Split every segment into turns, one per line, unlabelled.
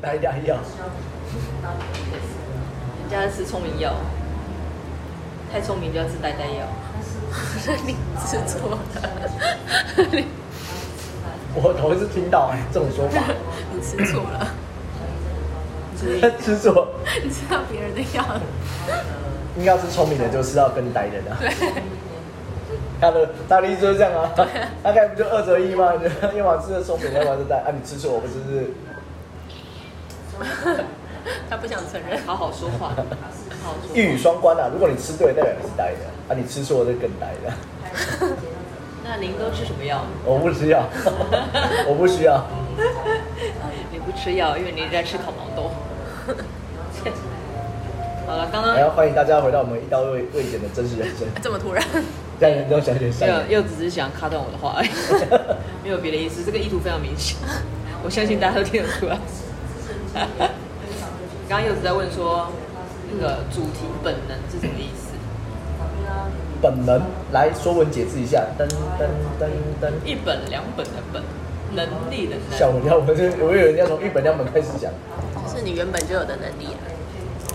哪一家药？
人家吃聪明药，太聪明就要吃呆呆药。 你吃错 了，你
我头一次听到哎、这种说法，
你吃错了，
吃错
你吃到别人的药了。
应该是聪明的，就是要跟呆人啊。他的他的意思就是这样啊，大概不就二择一吗？你要么吃的聪明，要么是呆。啊，你吃错，我不是是
他不想承认。
好好说话，好好说话。
一语双关啊。如果你吃对，代表你是呆的；啊，你吃错，就更呆的。
那您都吃什么药？
我不需要， 我不需要。
你不吃药，因为你在吃烤毛豆。 好了，刚刚
然后欢迎大家回到我们一刀未未剪的真实人生，
这么突然，
让人都想点善
没
良
有，。又只是想卡断我的 话而已，没有别的意思。这个意图非常明显，我相信大家都听得出 来。刚刚柚子在问说，那个主题本能是什么意思？
本能来说文解字一下，噔噔噔噔。
一本两本的本，能力的
像
能，
我要，我就我以为你要从一本两本开始讲，
是你原本就有的能力啊。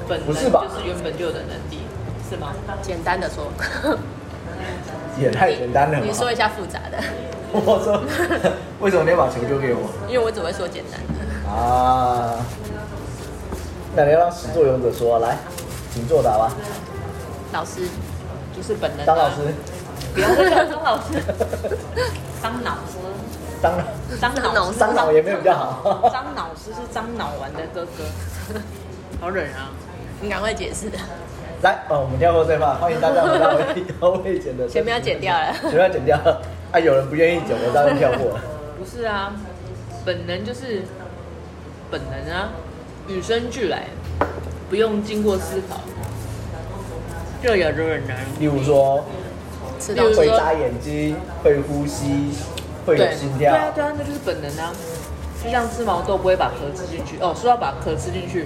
本能
不是吧
就是原本就有的能力，是吗？
简单的说，
也太简单了吧。
你说一下复杂的，
我说，为什么你要把球丢给我？
因为我只会说简单的。
啊，那你要让始作俑者说来，请作答吧，
老师，
就是本能、啊。
张老师，
不要再叫张老 师，张老师，
张
张老师，
张老也没有比较好。
张老师是张脑丸的哥哥， 好冷啊！
你赶快解 释。
来，哦，我们跳过这一趴，欢迎大家回到我一刀未剪的。
前面要剪掉了
前面要剪掉了。啊，有人不愿意剪，我当然跳过了。
不是啊，本能就是本能啊，与生俱来，不用经过思考，就有的人啊能。
例如说，
吃
比
东
如
西
说
会眨眼睛，会呼吸，会有心
对啊
跳，
对啊，那就是本能啊。就像吃毛豆不会把壳吃进去，哦，说到把壳吃进去，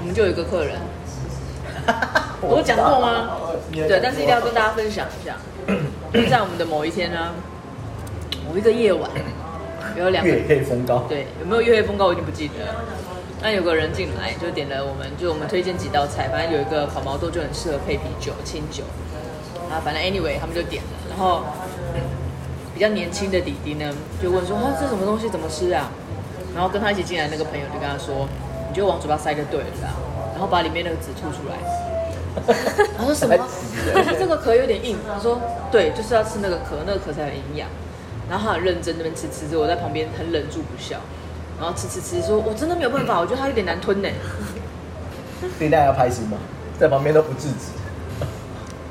我们就有一个客 人，我讲过吗？对，但是一定要跟大家分享 一下。就在我们的某一天呢、某一个夜晚，有两个
月黑风高。？
对，有没有月黑风高我已经不记得了。那有个人进来就点了我们，就我们推荐几道菜，反正有一个烤毛豆就很适合配啤酒、清酒啊，反正 anyway 他们就点了。然后比较年轻的弟弟呢，就问说：“哦，这什么东西怎么吃啊？”然后跟他一起进来那个朋友就跟他说：“你就往嘴巴塞就对了啦，然后把里面那个籽吐出来。”他说什么这个壳有点硬。他说对，就是要吃那个壳，那个壳才有营养。然后他很认真那边吃吃吃，我在旁边很忍住不笑，然后吃吃吃，说我真的没有办 法，我觉得它有点难吞呢。
所以大家要拍心吗？在旁边都不制止。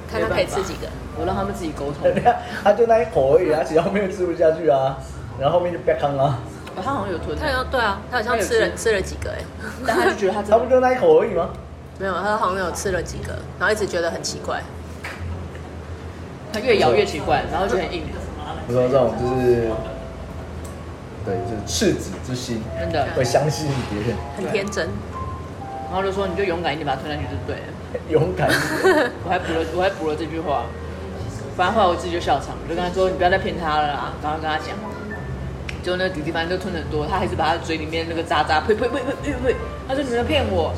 看他可以吃几个。
我让他们自己沟通。
对啊，他就那一口而已，啊他其他后面吃不下去啊，然后后面就不要康啊，
哦他好像有吞
他 好
欸，
像对啊，他好像吃了吃了几个哎、
但他就觉得他真
他不
的
就那一口而已吗？
没有，他好像有吃了几个，然后一直觉得很奇怪。
他越咬越奇怪，然后就很硬，
我说这种就是，对，就是赤子之心，
真的。
会相信别人，
很天真，
然后就说你就勇敢一点把它吞下去就对了。
勇敢一点。
我还补了我还补了这句话，反正后来我自己就笑场，我就跟他说你不要再骗他了啦，然后跟他讲。就那个弟弟反正就吞很多，他还是把他嘴里面那个渣渣呸呸呸呸呸呸，他说你们骗我，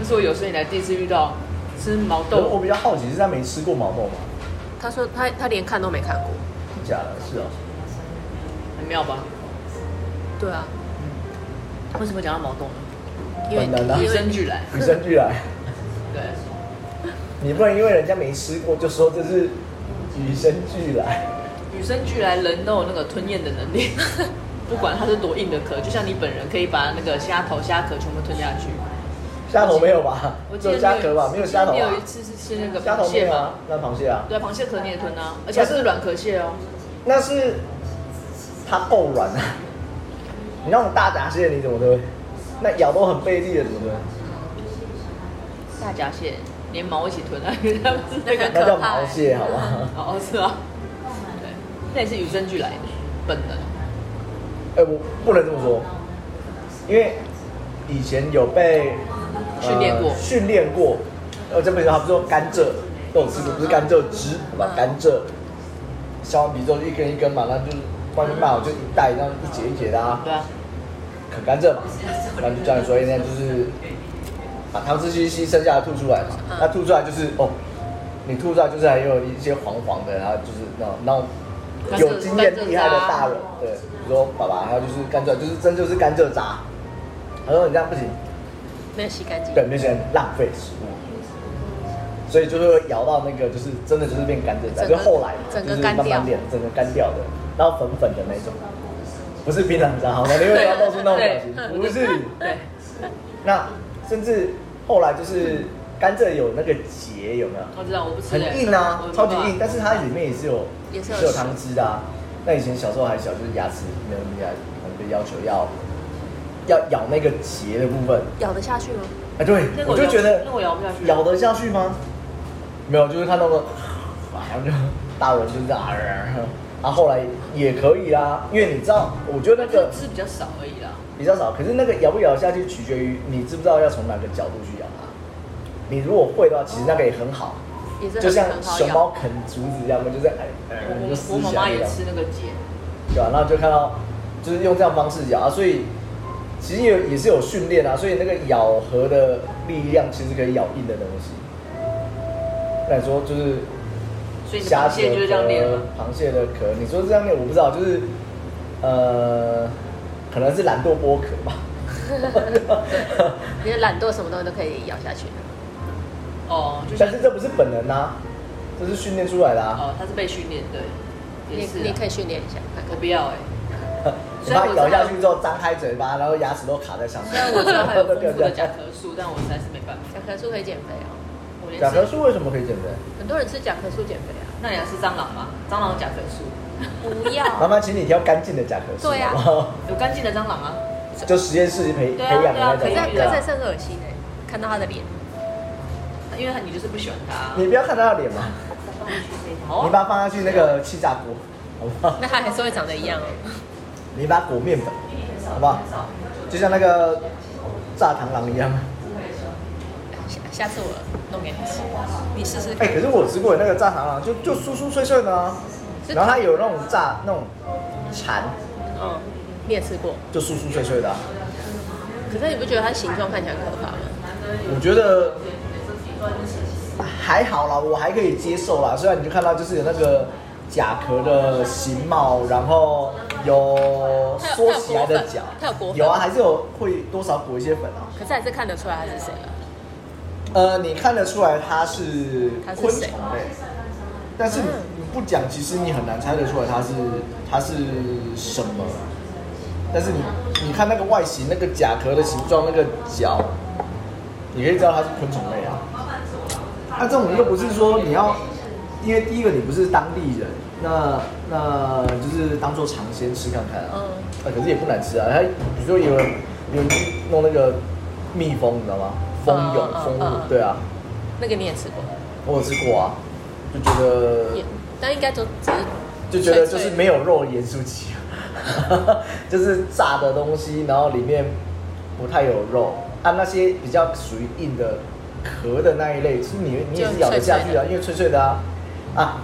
那是我有生以来第一次遇到吃毛
我我
豆，
比较好奇是他没吃过毛豆吗？
他说他他连看都没看过。
真假的，是哦。
很妙吧？
对啊，
为什么讲到毛豆呢？
因为
本能啊
与
因为
生俱来，
与生俱来，
对，
你不能因为人家没吃过就说这是与生俱来。
与生俱来人都有那个吞咽的能力，不管它是多硬的壳，就像你本人可以把那个虾头、虾壳全部吞下去。
虾头没有吧
我？记
只
得
有虾壳吧？没有虾头
你
啊
有一？次是吃那个
虾头
螃
没
蟹
有
吗
啊？？那螃蟹啊？
对，螃蟹壳你也吞啊，而且还不是软壳蟹哦。
那是它够软啊。 你那种大闸蟹你怎么推？那咬都很费力的怎么推？
大闸蟹连毛一起吞啊，因为它们是那
那
个
个
那叫
可怕
毛蟹，好不好？
哦，是啊，对，那也是与生俱来的本能。
哎、我不能这么说，因为以前有被呃
训练过
训练过。呃，这边他不是说甘蔗都有吃过，不是甘蔗汁，好吧？
嗯
甘蔗 削完皮之后就一根一根嘛，然后就是外面卖好就一袋，这样一节一节的啊。
对啊，
啃甘蔗嘛，然后就这样，所以呢就是把糖汁稀稀剩下的吐出来嘛，
嗯
那吐出来就是哦，你吐出来就是还有一些黄黄的，然后就是那种那种
甘蔗
有经验厉害的大
甘
人
蔗，
对，比如说爸爸，还有就是甘蔗，就是真就是甘蔗渣，他说你这样不行，
没有洗干净。
对，那些人浪费食物。所以就会咬到那个，就是真的就是变甘蔗渣，
整个
就后来嘛
整个
就是
干
慢
掉
慢变整个干掉的，然后粉粉的那种，不是槟榔渣好吗？你为什么要露出那种表情？不是，
对，
那甚至后来就是甘蔗有那个结，有没有？
我知道，我不吃、
很
欸，
硬啊
我，不
超级
怕
硬，但是它里面也是有
也是有
有糖汁的、啊。那以前小时候还小，就是牙齿没有那么牙，可能被要求要要咬那个结的部分。
咬得下去吗？
哎，对，
那个
我
我
就
咬
觉得
那我咬不下去
咬得下去吗？没有，就是看到个，然后就大人就是这样，啊 啊，后来也可以啊，因为你知道，我觉得那个
吃比较少而已啦。
比较少，可是那个咬不咬得下去取决于你知不知道要从哪个角度去咬它。你如果会的话，其实那个也很好，
哦
也是
就
很
像
很好
熊
咬。
猫啃竹子一样，就是哎，哎
我
你就
我
撕
我妈
起来
妈
那
也
样，
吃那个结，
对吧、然后就看到就是用这样方式咬啊，所以其实也有也是有训练啊，所以那个咬合的力量其实可以咬硬的东西。那你说就是
所以你
虾
螃
子
蟹
的
就是这样练
壳
吗？，
螃蟹的壳，你说这样练我不知道，就是呃，可能是懒惰剥壳 吧。
你的懒惰什么东西都可以咬下去。
哦，就
但
是
是这不是本能啊，这是训练出来的啊。
哦，它是被训练，对，
你
也是啊。
你可以训练一下看
我
看。
不要哎，
你把它咬下去之后，张开嘴巴，然后牙齿都卡在上 面。
虽然我知道它有丰富
对
的
对对
甲壳素，但我实在是没办法。
甲壳素可以减肥哦，
我 连
啊甲壳
吃
素为什么可以减肥？
很多人吃甲壳素减肥啊。
那你要吃蟑螂吗？蟑螂有甲壳素，
不
妈
要，
妈，请你挑干净的甲壳素。
对啊
好不好
有干净的蟑螂啊。
就实验室培培
对啊
养的那种
可
对
是
啊。
对啊
可是是很恶心哎，看到他的脸。
因为它你就是不喜欢它。
你不要看他的脸嘛，
哦
你把它放下去那个气炸锅，好不好？
那他还是会长得一样哦。
你把它裹面粉，好不好？就像那个炸螳螂一样。
下下次我弄给你吃，你试试
哎、
看。
可是我吃过那个炸螳螂，就就酥酥脆脆的啊，
是
然后它有那种炸那种蝉，
嗯，你也吃过，
就酥酥脆脆的啊、
可是你不觉得它形状看起来很可怕吗？
我觉得还好啦，我还可以接受啦。虽然你就看到就是有那个甲壳的形貌，然后有缩起来的脚，
它有裹粉它有裹粉
有啊，还是有会多少裹一些粉啊。
可是还是看得出来它是谁啊了。
呃，你看得出来它是
它是
昆虫
谁嗯
类，但是你你不讲，其实你很难猜得出来它是它是什么。但是你你看那个外形，那个甲壳的形状，那个脚，你可以知道它是昆虫类啊。那、这种又不是说你要，因为第一个你不是当地人，那那就是当做尝鲜吃看看啊。
嗯
啊，可是也不难吃啊。它比如说有人有人去弄那个蜜蜂，你知道吗？蜂蛹
嗯、嗯
蜂
嗯
蛹，对啊，
那个你也吃过，
我有吃过啊，就觉得
也但应该都只是
就觉得就是
脆脆
没有肉盐酥鸡， 就是炸的东西，然后里面不太有肉。啊，那些比较属于硬的壳的那一类，其实你你也是咬得下去啊，因为脆脆的啊。啊，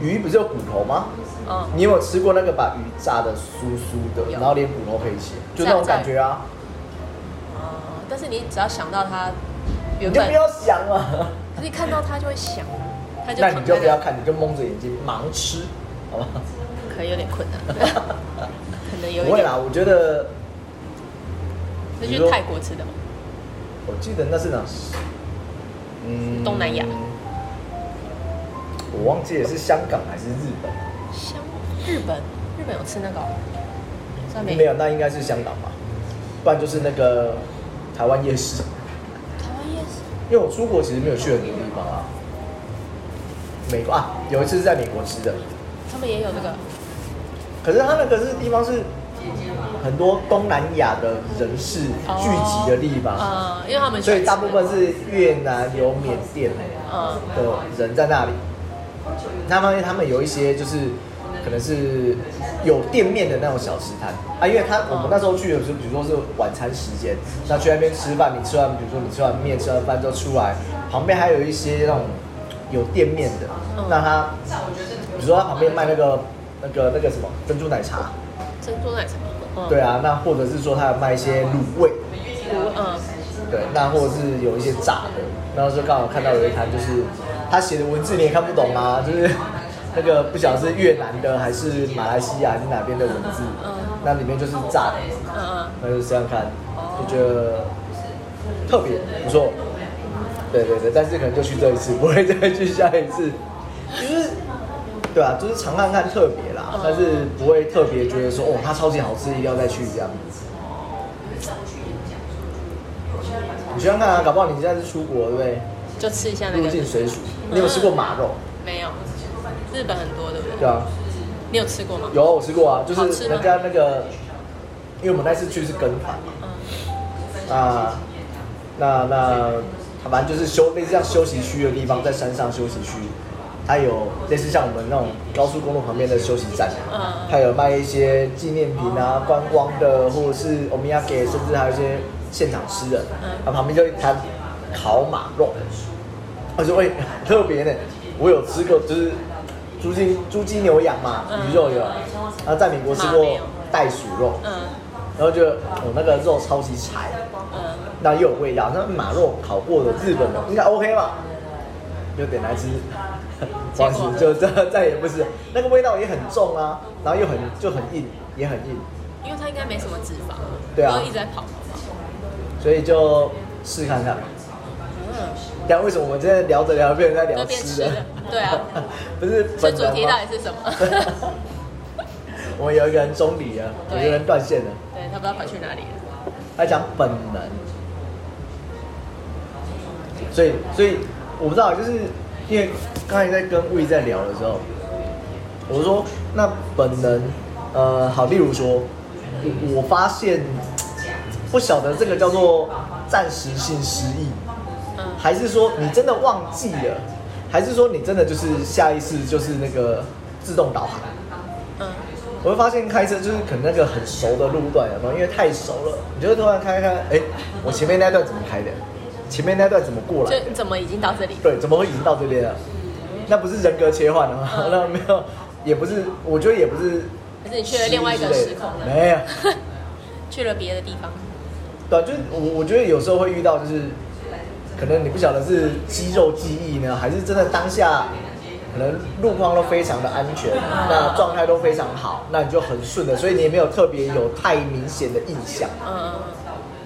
鱼不是有骨头吗？
嗯，
你有没有吃过那个把鱼炸的酥酥的，
有
然后连骨头可以切，就那种
炸
感觉啊？
哦，但是你只要想到它
你
原
就
本
不，要想了，
可是你看到它就会想，它就
那
躺在
你就不要
那
看，你就蒙着眼睛盲吃，好吧？
可能有 点困难，可能有
不
一
会
点
啦，。我觉得
那
你
去
说
泰国吃的吗？
我记得那是哪？嗯
东南亚
我忘记了是香港还是日本，
香日本，日本有吃那个哦，算没
没有，那应该是香港吧，不然就是那个台湾夜市。
台湾夜市
因为我出国其实没有去很多地方啊，美国啊，有一次是在美国吃的，
他们也有那个，
可是它那个是地方是很多东南亚的人士聚集的地方，
呃，因为他们喜
所
欢
以大部分
吃
是越南有缅甸，
嗯
的人在那里，他们他们有一些就是可能是有店面的那种小吃摊啊，因为他我们那时候去的时候，比如说是晚餐时间，那去那边吃饭，你吃完，比如说你吃完面吃完饭之后出来，旁边还有一些那种有店面的
嗯，
那他比如说他旁边卖那个那个那个什么珍珠奶茶，
珍珠奶茶，嗯
对啊，那或者是说它有卖一些卤味，
嗯嗯
对，那或者是有一些炸的，然后就刚好看到有一摊，就是他写的文字你也看不懂啊，就是那个不晓得是越南的还是马来西亚还是哪边的文字，那里面就是炸的，
嗯
那就这样看，
哦
就觉得特别不错。对对对，但是可能就去这一次，不会再去下一次， 就是。对啊，就是尝看看特别
嗯
啦，但是不会特别觉得说哦，它超级好吃，一定要再去这样子。你想想看啊，搞不好你现在是出国对不对？
嗯，就吃一下那
入
个嗯
境水煮，你有吃过马肉？
没有，日本很多对不对？
对啊，
你有吃过吗？
有我吃过啊，就
好
是
吃吗
人家那个，因为我们那次去是跟团啊嘛，
嗯
那那那他反正就是休类似像休息区的地方，在山上休息区，它有类似像我们那种高速公路旁边的休息站，
嗯
它有卖一些纪念品啊、观光的，或者是欧米亚给，甚至还有一些现场吃的
嗯，
它旁边就一摊烤马肉，而且会很特别呢，我有吃过，就是猪鸡猪鸡牛羊嘛，
嗯
鱼肉有，然后在美国吃过
马没有
袋鼠肉，
嗯
然后觉得我那个肉超级柴。
嗯，
那又有味道，那马肉烤过的日本的应该 OK 吧？就点 来吃， 不好意
结
思，
果
就再再也不是那个味道也很重啊，然后又很就很硬，也很硬，
因为它应该没什么脂肪，
对啊
都一直在跑跑跑。
所以就试看看。
嗯，
但为什么我们现在聊着聊着变成在聊
都变
吃的
吃的？对啊
不是
所以
本
主
能
题到
吗
底？是什么？
我们有一个人中离了，有
对
一个人断线了，
对他不知道跑去哪里了。
他讲本能，所以所以我不知道，就是因为刚才在跟魏在聊的时候，我说那本能，呃，好，例如说，我我发现不晓得这个叫做暂时性失忆，
嗯
还是说你真的忘记了，还是说你真的就是下意识就是那个自动导航？
嗯
我会发现开车就是可能那个很熟的路段，有没有？因为太熟了，你就会突然开开，哎、我前面那段怎么开的？前面那段怎么过来
嗯就
的？
你怎么已经到这里？
对，怎么会已经到这边了？那不是人格切换了吗？
嗯
那没有，也不是，我觉得也不是。
可是你去了另外一个时空了，
没有，
去了别的地方。
对啊，就是我我觉得有时候会遇到，就是可能你不晓得是肌肉记忆呢，还是真的当下可能路况都非常的安全，那状态都非常好，那你就很顺的，所以你也没有特别有太明显的印象。
嗯，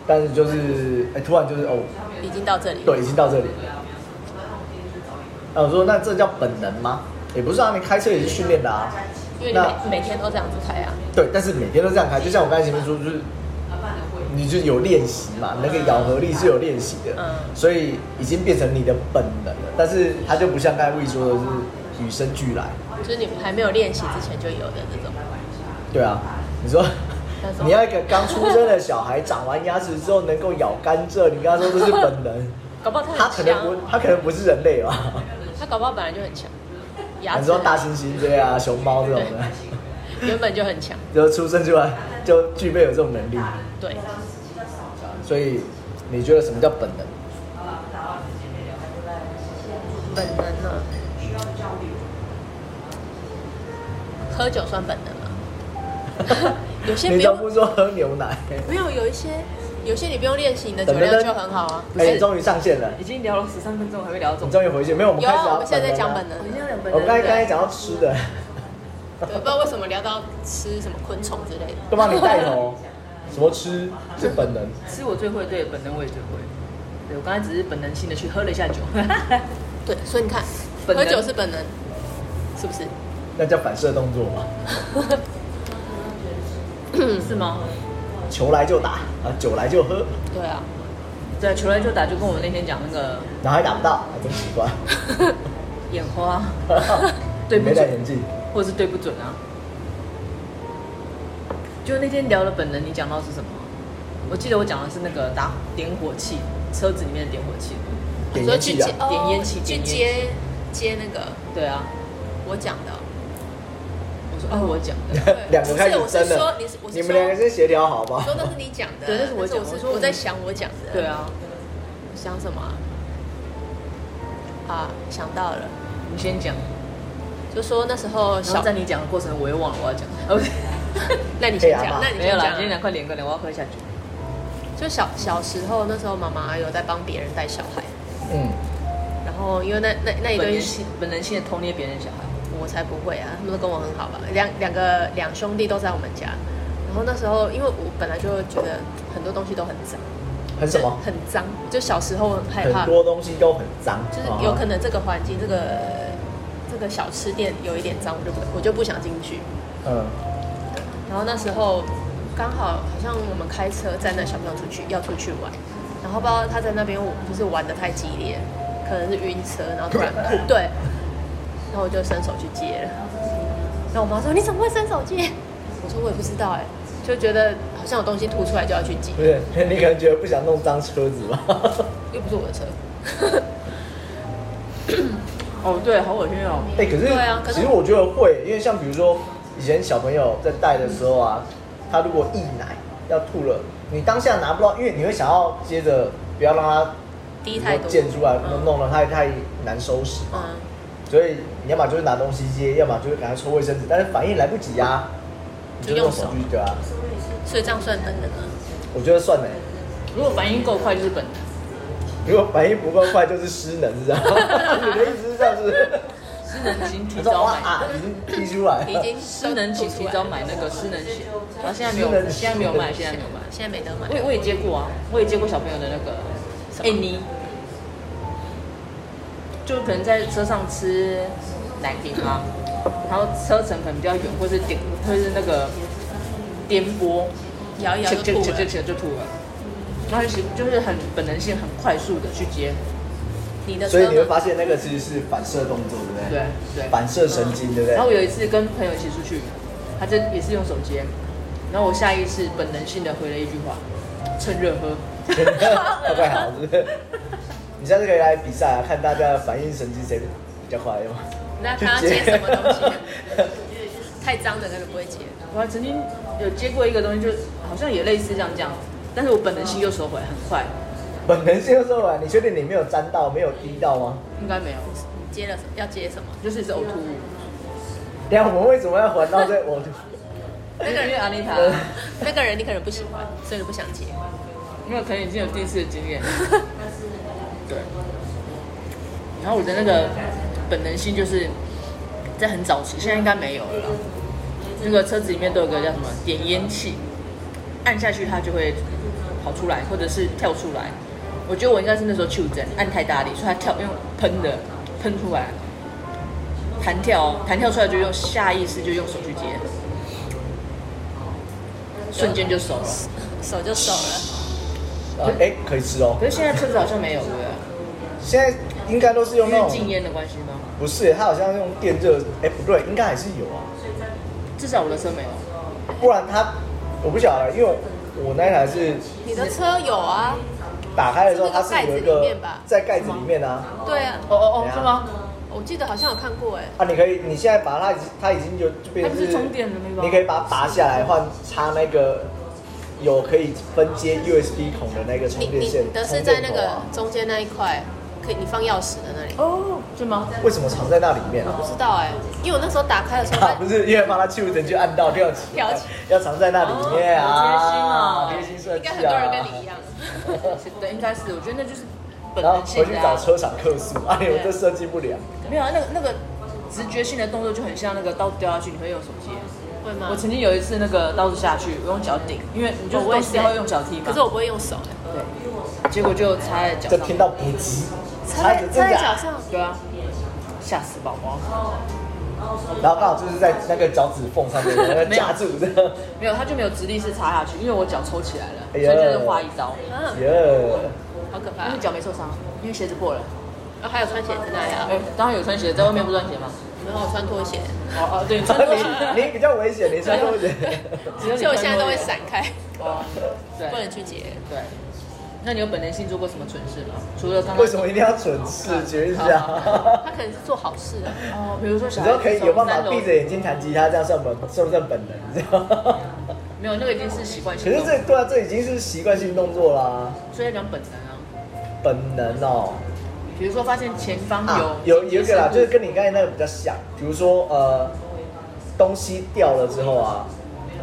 但是就是哎、突然就是哦，
已经到这里。
对，已经到这里了。那我说那这叫本能吗？也不是啊，你开车也是训练的啊。
因为你
那
每每天都这样子开啊。
对，但是每天都这样开，就像我刚才前面说，就是你就有练习嘛，那个咬合力是有练习的，
嗯
所以已经变成你的本能了。但是它就不像刚才魏说的是
嗯
与生俱来，
就是你还没有练习之前就有的这种，
对啊，你说。
那种
你要一个刚出生的小孩长完牙齿之后能够咬甘蔗，你跟他说这是本 能，
搞不好他
他
很
可能
强
不，，他可能不是人类吧？啊
他搞不好本来就很强， 牙
你
齿啊
说大猩猩这 样啊、熊猫这种的，
原本就很强，
就出生出来就具备有这种能力，
对，
所以你觉得什么叫本能？
本能呢？喝酒算本能吗？ 有些不
你怎么
用，
不说喝牛 奶？
没有有一些，有些你不用练习，你的酒
等等
量
等
就很好啊。
哎、你终于上线了，
已经聊了十三分钟，还没聊到重
你
点。
终于回去。没有，我们
有
开始
啊，
聊
我们现在在讲本
能
能
我，们现在讲本
啊。
能
我们刚才
对
刚才讲到吃的，
对，不知道为什么聊到吃什么昆虫之类的，
都帮你带头。什么吃是本能？
吃我最会，对本能我也最会。对我刚才只是本能性的去喝了一下酒，
对，所以你看，
本
喝
能
酒是本能，是不是？
那叫反射动作嘛，
是吗？
球来就打啊，酒来就喝，
对啊，
对，球来就打，就跟我们那天讲那个
然后还打不到，啊还真奇 怪。
眼 花，对不
没戴
准，
眼镜，
或者是对不准啊。就那天聊了本能，你讲到是什么？我记得我讲的是那个打点火器，车子里面的点火器。
点烟
去
器啊
接，哦
点烟器
去
点烟器
接接那个
对啊，
我讲的哦。
我说哦，我讲的。
对
两个开始争了
不是我是说你是我。是
你们
说
两个先协调好不
我
好
说？那是你讲的，
对那是我讲
我
我
是
说我
我在想我讲的，
对，啊，
想什么啊？啊，想到了，
你先讲，
就说那时候
然后
小
在你讲的过程，我又忘了我要讲。OK，
那你先
哎阿
讲，
嬷
那你
没有
先
啦，
讲
今天。两块脸跟脸，我要喝下去。
就小小时候那时候，妈妈有在帮别人带小孩，
嗯，
然后因为那那那一
本
对
能性本能性的偷捏别人小孩，
我才不会啊！他们都跟我很好吧？两两个两兄弟都在我们家。然后那时候，因为我本来就觉得很多东西都很脏，
很什么
就？很脏，就小时候很害
很
怕，
多东西都很脏，啊
就是有可能这个环境、这个这个小吃店有一点脏，我就不我就不想进去。
嗯，
然后那时候刚好好像我们开车载那小朋友出去要出去玩，然后不知道他在那边就是玩的太激烈，可能是晕车，然后突然吐， 对，然后我就伸手去接了。然后我妈说：“你怎么会伸手接？”我说：“我也不知道哎、就觉得好像有东西吐出来就要去接，
不是，你可能觉得不想弄脏车子 吧？
又不是我的车。
哦对，好恶心哦。
哎、可是，
对啊可
其
是
实我觉得会，因为像比如说以前小朋友在带的时候啊，他如果溢奶要吐了，你当下拿不到，因为你会想要接着不要让他
滴太多，
溅出来，弄
嗯
弄了太太难收拾嘛，
嗯，
所以你要么就是拿东西接，要么就是赶快抽卫生纸，但是反应来不及啊，你就用手去对啊，
所以这样算本能啊。
我觉得算了、
如果反应够快就是本能，
如果反应不够快就是失能，是这样？ 你的意思是这样子？
失能型提
你说
早
哇
买。
啊，已经滴出来
已
了，
经
失能
起
请提早买那个失能险，然后现在没
失
有，
能险
现在没有卖，现在没有卖。
现在没得买。
我也我也接过啊，我也接过小朋友的那个
么
哎你，就可能在车上吃奶瓶 啊，然后车程可能比较远，或是颠，或是那个颠簸，
摇一摇就
就
吐
就
了
就。就就吐了，然后就是就是很本能性很快速的去接，
你的车
所以你会
呢？
发现那个其实是反射动作，对不对？
对对。
反射神经，对不对
然？后我有一次跟朋友一起出去，他这也是用手接，然后我下意识本能性的回了一句话：趁热喝。
会不会 好？是不是？你下次可以来比赛啊，看大家的反应神经谁比较快，有吗？
那他要接什么 东西？
西？
太脏的根本不会接。
我还曾经有接过一个东西，就好像也类似这样这样，但是我本能性又收回，很快，
本能性的说完，你确定你没有沾到、没有滴到吗？
应该没有，
你接了什么？要接什么？
就是一只呕吐物。
等一下我们为什么要环到这？我
那
因
个
为
人，
阿丽塔，
那个人你可能不喜欢，所以你不想接。
因为可能已经有第一次的经验，对。然后我的那个本能性就是在很早期，现在应该没有了啦。那个车子里面都有个叫什么点烟器，按下去它就会跑出来，或者是跳出来。我觉得我应该是那时候去诊，按太大力，所以它跳用喷的喷出来，弹跳哦弹跳出来就用下意识就用手去接，瞬间就熟了。
手就手了，
啊哎、可以吃 哦。
可是现在车子好像没有对不对？
现在应该都是用
因
那
为禁
种，
烟的关系吗？
不是，它好像用电热，哎、不对，应该还是有啊，
至少我的车没有。
不然它我不晓得，因为我那一台是
你的车有啊？
打开的时候它是有一
是那个盖子里
个
面吧
在盖子里面啊，
对啊，
哦哦
等
哦，
一下
是吗？
我记得好像有看过哎、
啊，你可以，你现在把它已经它已经就就变
它不
成
是充电的那个吗
你可以把它拔下来换插那个有可以分接 USB 孔的那个充
你
电
你
线，
你的是在那
充电头
个
啊
中间那一块，可以你放钥匙的那里。
哦，是吗？
为什么藏在那里面 啊？
不知道哎、因为我那时候打开的时候
啊
发，
不是，因为怕它去人去按到跳起来，
跳起
要藏在那里面啊，
哦好贴心哦
贴心设
应该很
计
多
啊
人。跟你一样，
是对，应该是。我觉得那就是本
然后
能性
回去
的、
找
啊。
车厂客诉，哎呦，
对
这设计不良。
没有啊，那个那个直觉性的动作就很像那个刀掉下去，你会用手接。
会吗？
我曾经有一次那个刀子下去，我用脚顶，因为你就是
我也
东
是
西要用脚踢嘛。
可是我不会用手哎、
对，结果就插在脚
这
上
听。到不急，
插在
着
插
真
在
的
脚
啊，
上，
对啊，吓死宝宝。
然后刚好就是在那个脚趾缝上面然后
没有
夹住的，
没有，它就没有直立式插下去，因为我脚抽起来了，
哎
所以
呀
就是划一刀。
嗯，
耶。
好可怕、
但是脚没受伤，因为鞋子破了。
然后还有穿鞋子那样，
哎，当然有穿鞋，在外面不穿鞋嘛。
然后我穿拖鞋，
哦哦，对，穿拖鞋。
你你比较危险，你穿 拖鞋。
只有你
所以我现在都会
看
闪开，
过的。哦，对，
不能去接。
对。那你有本能性做过什么蠢事吗？除了刚刚
为什么一定要蠢事？决一下。
他可能是做好事啊。
哦，比如说小
你
孩
说可以有办
从三楼
法闭着眼睛弹吉他，这样算本算不算本能？你知道 吗？
没有，那个已经是习惯性
可是
动作。
这对啊，这已经是习惯性动作啦，
所以要讲本能啊，
本能哦。
比如说发现前方
啊，
有
有有一个啦，就是跟你刚才那个比较像，比如说呃，东西掉了之后啊，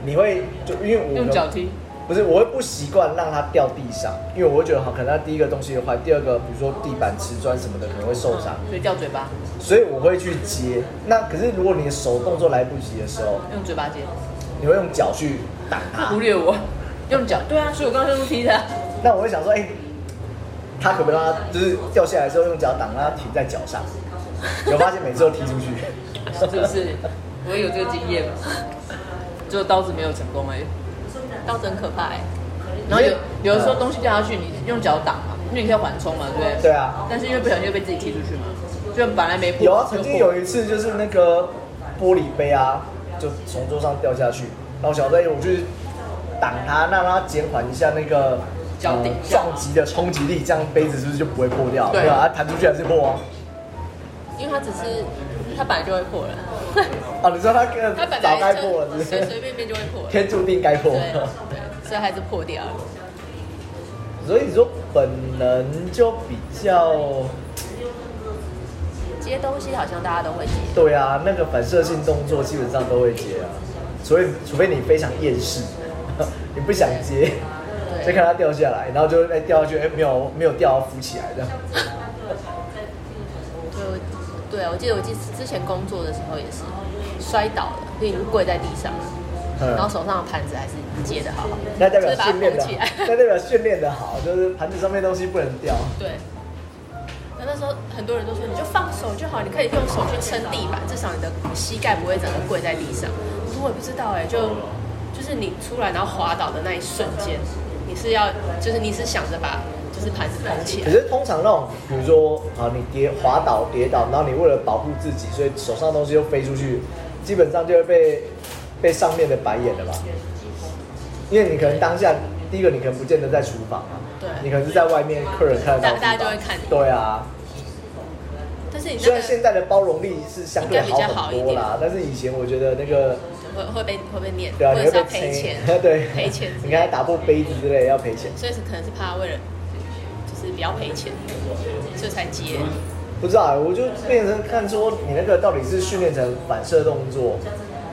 你会就因为我
用
的
脚踢，
不是，我会不习惯让它掉地上，因为我会觉得好，可能它第一个东西会坏，第二个比如说地板瓷砖什么的可能会受伤，
所以掉嘴巴，
所以我会去接。那可是如果你的手动作来不及的时候，
用嘴巴接，
你会用脚去挡它
忽，略
啊
我，用脚，对啊，所以我刚刚用踢的啊，
那我会想说，哎、它可不可以让它就是掉下来之后用脚挡，让它停在脚上？有发现每次都踢出去，
是不 是？我也有这个经验嘛，只有刀子没有成功而已。
刀子很可怕、欸，
然后有有的
嗯
时候东西掉下去，你用脚挡嘛，因为你可以缓冲嘛，对不对？
对啊。
但是因为不小心就被自己踢出去嘛，就本来没破。
有啊，曾经有
就破
一次就是那个玻璃杯啊，就从桌上掉下去，然后我想说，哎、我去挡它，让它减缓一下那个呃
脚底下
撞击的冲击力，这样杯子是不是就不会破掉？
对
没有啊，它弹出去还是破啊。
因为它只是它本来就会破了，
啊，你说它那
它
个
本
早该
来就
破了，是不
随
是？
随便便就会破 了，
天注定该破
对。对，所以还是破掉了。
所以你说本能就比较
接东西好像大家都会接，
对啊，那个反射性动作基本上都会接啊，除非除非你非常厌世， 你不想接。再
对，
看它掉下来，然后就哎掉下去，哎没有没有掉，浮起来这样。
就对我记得我记之前工作的时候也是摔倒了，就已经跪在地上了，然后
嗯，
手上的盘子还是接的好好的，
那代
就
表
是把它
训练
捧
的
起来
好，。 那代表训练的好，就是盘子上面东西不能掉。
对。那那时候很多人都说，你就放手就好，你可以用手去撑地板，至少你的膝盖不会整个跪在地上。我说我也不知道哎、就就是你出来然后滑倒的那一瞬间，你是要就是你是想着把就是盘子捧起
可
来，
是通常那种，比如说啊，你跌滑倒跌倒，然后你为了保护自己，所以手上的东西又飞出去，基本上就会被被上面的白眼了吧？因为你可能当下第一个，你可能不见得在厨房嘛，
对
你可能是在外面，客人看得到，
大大家就会看你
对啊，
但是你那
虽
个
然现在的包容力是相对好很多啦
应该比较好一点，
但是以前我觉得那个
会会被会被念，
对啊，
或
你会
者是要
被，
赔钱
对，
赔钱之类的
你看他打破杯子之类要赔钱，
所以是可能是怕为了就是不要赔钱，所以才接。
不知道啊，我就变成看说你那个到底是训练成反射动作，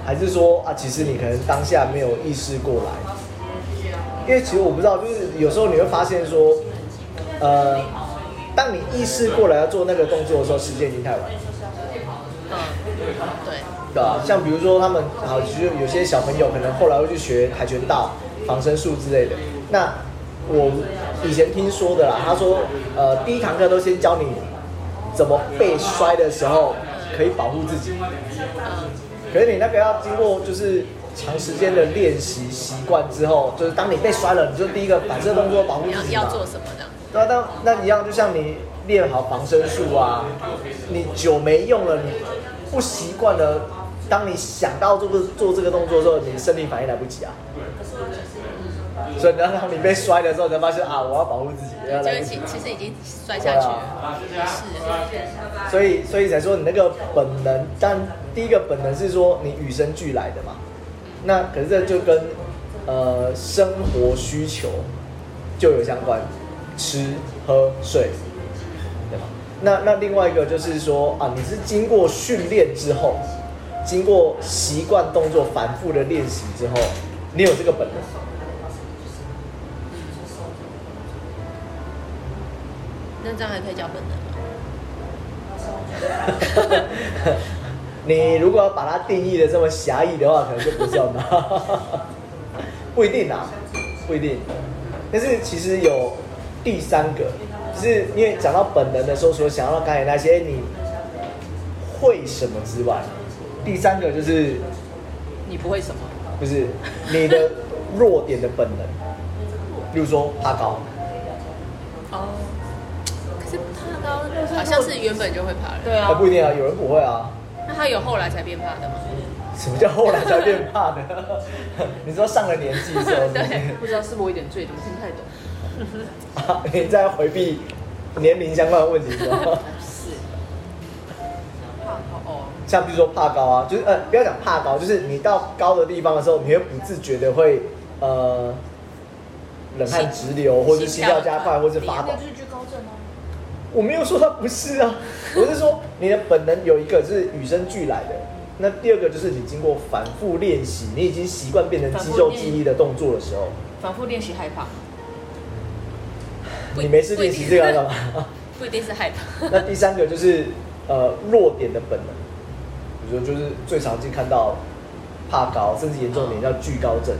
还是说啊，其实你可能当下没有意识过来，因为其实我不知道，就是有时候你会发现说，呃，当你意识过来要做那个动作的时候，时间已经太晚了。
嗯，对，
对啊，像比如说他们好，其实有些小朋友可能后来会去学跆拳道、防身术之类的。那我以前听说的啦，他说，呃，第一堂课都先教你怎么被摔的时候可以保护自己，
嗯，
可是你那个要经过就是长时间的练习习惯之后，就是当你被摔了，你就第一个反射动作保护
你
自己
要
嘛
要做什么呢？
对啊，那那一样，就像你练好防身术啊，你久没用了，你不习惯了，当你想到做个做这个动作的时候，你生理反应来不及啊。所以，然后你被摔的时候，你才发现啊，我要保护自己，要来啊
就
不
其
及。
其实已经摔下去了，是
所以，所以才说你那个本能，但第一个本能是说你与生俱来的嘛。那可是这就跟呃生活需求就有相关，吃喝睡，对吧？那那另外一个就是说啊，你是经过训练之后，经过习惯动作反复的练习之后，你有这个本能。
那这样还可以叫本能吗？
你如果要把它定义的这么狭义的话，可能就不算吧。 不一定啊，不一定。但是其实有第三个，就是因为讲到本能的时候，所想到刚才那些哎你会什么之外，第三个就是
你不会什么，
不是你的弱点的本能，例如说怕高，
哦，可是怕高好像是原本就会怕的，
对
啊、不一定啊，有人不会啊。
那他有后来才变怕的吗？
什么叫后来才变怕的？ 你说上了年纪之 后，
对
不知道是我有点醉，怎么听不太懂？
啊， 你在回避年龄相关的问题是吧？
是，怕高哦，
像比如说怕高啊，就是呃，不要讲怕高，就是你到高的地方的时候，你会不自觉的会呃冷汗直流，或是心跳加快，或是发抖
那。就是惧高症哦。
我没有说它不是啊，我是说你的本能有一个是与生俱来的，那第二个就是你经过反复练习，你已经习惯变成肌肉记忆的动作的时候，
反复练习害怕，不
你没事练习这个要干嘛？
不一定是害 怕。
那第三个就是呃弱点的本能，比如说就是最常见看到怕高，甚至严重点叫惧高症。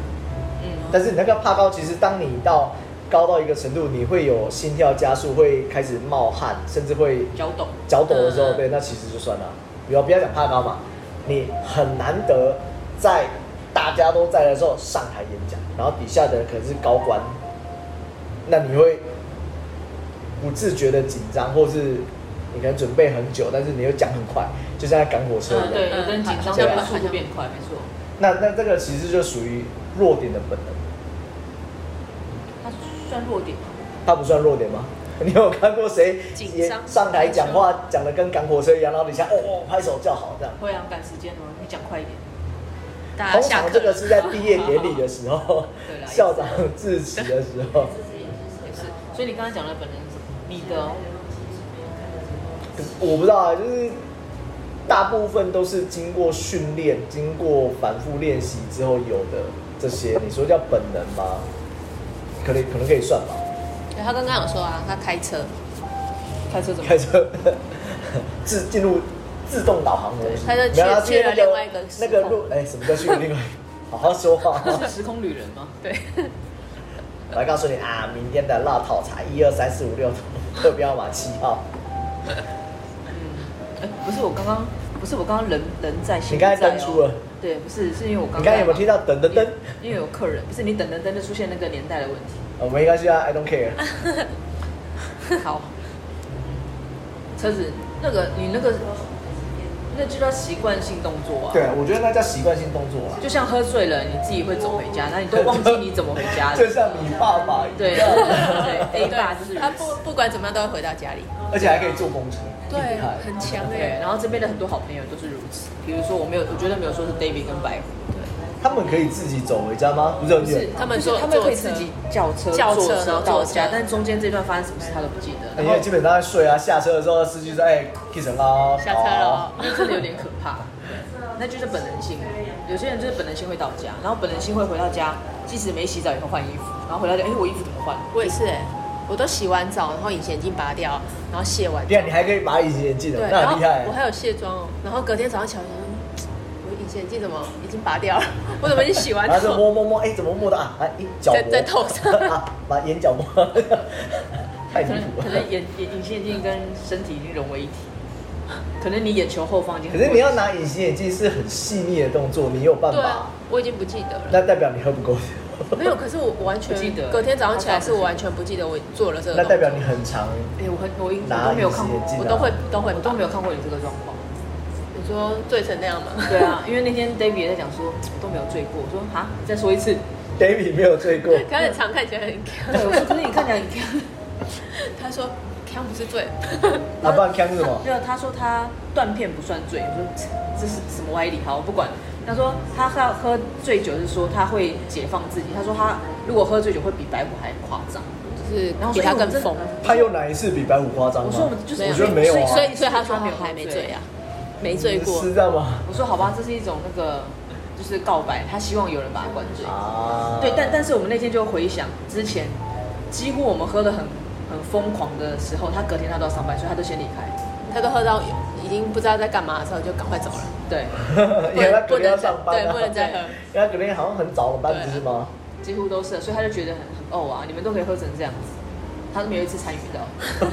嗯，
但是你那个怕高，其实当你到高到一个程度，你会有心跳加速，会开始冒汗，甚至会
脚抖，
脚抖的时候，
嗯
对，那其实就算了。比如不要讲怕高嘛，你很难得在大家都在的时候上台演讲，然后底下的人可能是高官，那你会不自觉的紧张，或是你可能准备很久，但是你又讲很快，就像在赶火车一样。
嗯，对，有
嗯
的人紧张，
好
像
他速度变快，没错，
那那这个其实就属于弱点的本能，
它算弱点吗？
它不算弱点吗？你有看过谁
紧
也
张
上台讲话讲的跟赶火车一样，然后底下哦哦拍手叫好这样？
会啊，赶时间哦，你讲快一点。
大家
通
啊下
常
课
这个是在毕业典礼的时 候
对啦，
校长致辞的时候，
也是，所以你刚才讲的本能是你的哦，
我不知道啊，就是大部分都是经过训练、经过反复练习之后有的这些，你说叫本能吗？可能可能可以算吧，
对他刚刚有说啊，他开车，
开车怎么
开？车自进入自动导航模式，
他就
没有啊他
去
进入
了另外一个
那个
时空
路，哎，什么叫去了另外一个？好好说话。啊
他是时空旅人吗？
对，
我来告诉你啊，明天的辣套茶一二三四五六特标码七号。
哎，不是我刚刚，不是我刚刚人人在心
你刚才
不在哦
登出了，
对，不是，是因为我刚
你刚才有没有听到噔噔噔？
因为有客人，不是你等等等就出现那个年代的问题。
呃，没关系啊，I don't care。
嗯好，车子那个你那个，那就叫习惯性动作啊。
对，，我觉得那叫习惯性动作啊，
就像喝醉了，你自己会走回家，那你都忘记你怎么回 家了。
就像你爸爸一
对对
样，
对，A 爸就是
对，
如
他
此
不不管怎么样都会回到家里，
而且还可以坐公车，厉害。
很强
对，
哎，
然后这边的很多好朋友都是如此。比如说，我没有，我觉得没有说是 David 跟白虎，
他们可以自己走回家吗？不是很
是
远。
他们
就是
坐
他们可以
坐车
自己叫车、
叫车
坐
然后
到
坐
家
车，
但中间这段发生什么事他都不记得，
因
然后
为基本上在睡啊，下车的时候司机说：“哎，K 神啦，
下车
哦
了，
那真的有点可怕。对那就是本能性，有些人就是本能性会到家，然后本能性会回到家，即使没洗澡也会换衣服，然后回到家，哎，我衣服怎么换？
我也是哎，我都洗完澡，然后隐形眼镜拔掉，然后卸完
你，看，你还可以把隐形眼镜的，
对，
那
然
很
后
厉害欸啊
我。还有卸妆哦，然后隔天早上起来，我想说我隐形眼镜怎么已经拔掉了， 我怎么已经洗 完
然后就
了？
摸摸摸，哎，怎么摸的啊？哎，角
在
膜
在头上
啊，把眼角摸， 太离
可能
谱
可
了
能。眼眼隐形眼镜跟身体已经融为一体，可能你眼球后方已经
可
很
是你要拿隐形眼镜是很细腻的动作，你有办
对
法
啊，，我已经不记得了。
那代表你喝不够酒，
没有，可是我我完全
不记得
隔天早上起来是我完全不记得我做了这个
那
动作
代，表你很长。
哎、我很我应我
拿
都没有
隐
看
形
过
眼，镜啊，
我都会都会
我都没有看过你这个状 况。
你说醉成那样吗？
对啊，因为那天 David 也在讲说我都没有醉过，我说哈，你再说一次。
David 没有醉过，
可是常看起来很强。
对，我 说可是你看起来很强。
他说强不是 醉，
啊，不然看是什么？
没有，他说他断片不算醉，我说这是什么歪理？好，我不管。他说他喝喝醉酒是说他会解放自己，他说他如果喝醉酒会比白虎还夸张，
就是
然后
比
说
他更。
哎我
疯
们。真的
他有哪一次比白虎夸张吗？
我说我们就是，
我觉得没有啊
所以所以他说
他
他
没有
没有
喝
还没醉啊，没醉过
是。这样吗？
我说好吧，这是一种那个就是告白，他希望有人把他灌醉。
啊，
对，但但是我们那天就回想之前，几乎我们喝的很很疯狂的时候，他隔天他都要上班，所以他都先离开。
他都喝到已经不知道在干嘛的时候就赶快走了，
对，
因为他隔天要上班啊，
对不能再喝
因为他隔天好像很早的班，不是吗？
几乎都是，所以他就觉得很很哦啊，你们都可以喝成这样子，他都没有一次参与到，
啊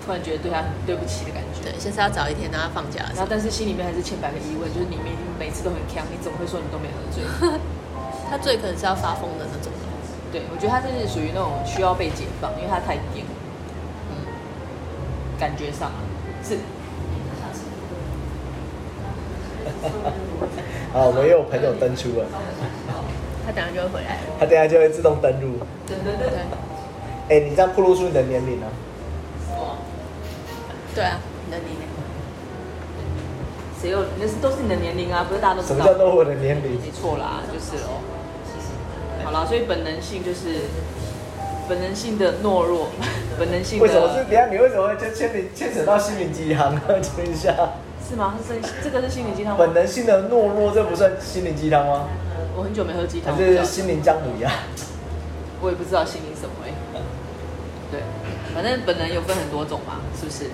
突然觉得对他很对不起的感觉。
对，现在要找一天让他放假的
然
时
后，，
候
但是心里面还是千百个疑问，就是你们每次都很强，你怎么会说你都没喝醉？
他醉可能是要发疯的那种。
对，我觉得他是属于那种需要被解放，因为他太癫，嗯，感觉上啊是
啊，我们也有朋友登出了，
他等下就会回来了。
他等下就会自动登入。
对对对
对
哎，你这样暴露出你的年龄啊！
对啊，你的年龄。
谁有那是都是你的年龄啊，不是大家都知
什么
道
叫。做我的年龄？
没错啦，就是哦。好啦，所以本能性就是本能性的懦弱， 本能性的
为什么是？等一下你为什么会牵牵连牵扯到心灵鸡汤呢？请问一下，
是吗？它是这个是心灵鸡汤吗
本？能性的懦弱，这不算心灵鸡汤吗？
我很久没喝鸡汤，
还
我不知道
是心灵姜母鸭？
我也不知道心灵什么哎、对，反正本能有分很多种嘛，是不是？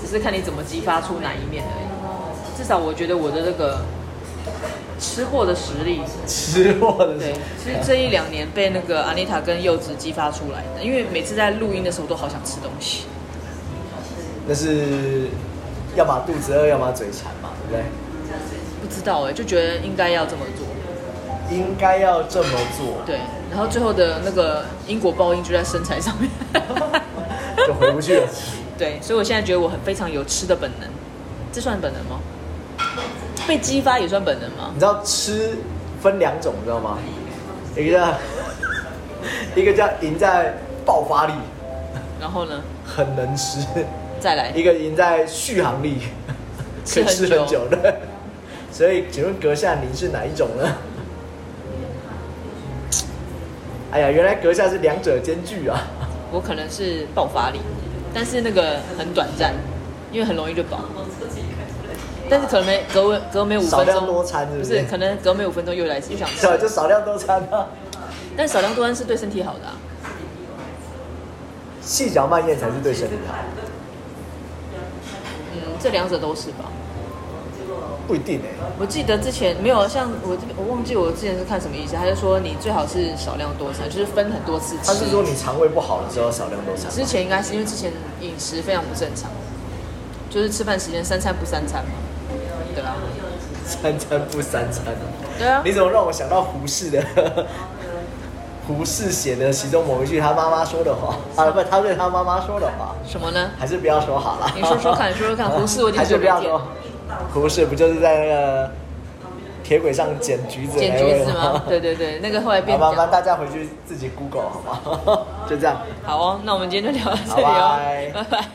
只是看你怎么激发出哪一面而已。至少我觉得我的这个吃货的实力，
吃货的
对，是这一两年被那个安妮塔跟柚子激发出来的。因为每次在录音的时候都好想吃东西，
那是要么肚子饿，要么嘴馋嘛，对不对？
不知道哎、就觉得应该要这么做。
应该要这么做，
对，然后最后的那个因果报应就在身材上面，
就回不去了。
对，所以我现在觉得我很非常有吃的本能，这算本能吗？被激发也算本能吗？
你知道吃分两种，你知道吗？一个叫 一个叫赢在爆发力，
然后呢，
很能吃；
再来
一个赢在续航力，可
吃
以
很久
吃很久的。所以，请问阁下您是哪一种呢？哎呀，原来阁下是两者兼具啊！
我可能是爆发力，但是那个很短暂，因为很容易就饱。但是可能没隔隔每五
少
分
量
钟
多餐是不
嗯不
是
是，可能隔每五分钟又来又想吃，
少就少量多餐啊，
但少量多餐是对身体好的、啊。
细嚼慢咽才是对身体好，
嗯，这两者都是吧。
不一定哎、
我记得之前没有啊像我这边，我忘记我之前是看什么医生，他就说你最好是少量多餐，就是分很多次吃。
他是说你肠胃不好的时候少量多餐，
之前应该是因为之前饮食非常不正常，就是吃饭时间三餐不三餐嘛，对啊，
三餐不三餐。
对啊
你，怎么让我想到胡适的？ 胡适写的其中某一句他妈妈说的话啊，不，他对他妈妈说的话，
什么呢？
还是不要说好了。
你说说看说说 看胡适我已经
还是不要
久没
说。胡适不就是在那个铁轨上捡橘子的
捡
那位
橘子吗？ 对对对，那个后来变
好，麻烦
讲。
大家回去自己 Google 好吗？就这样。
好哦，那我们今天就聊到这里
好拜
哦，拜拜。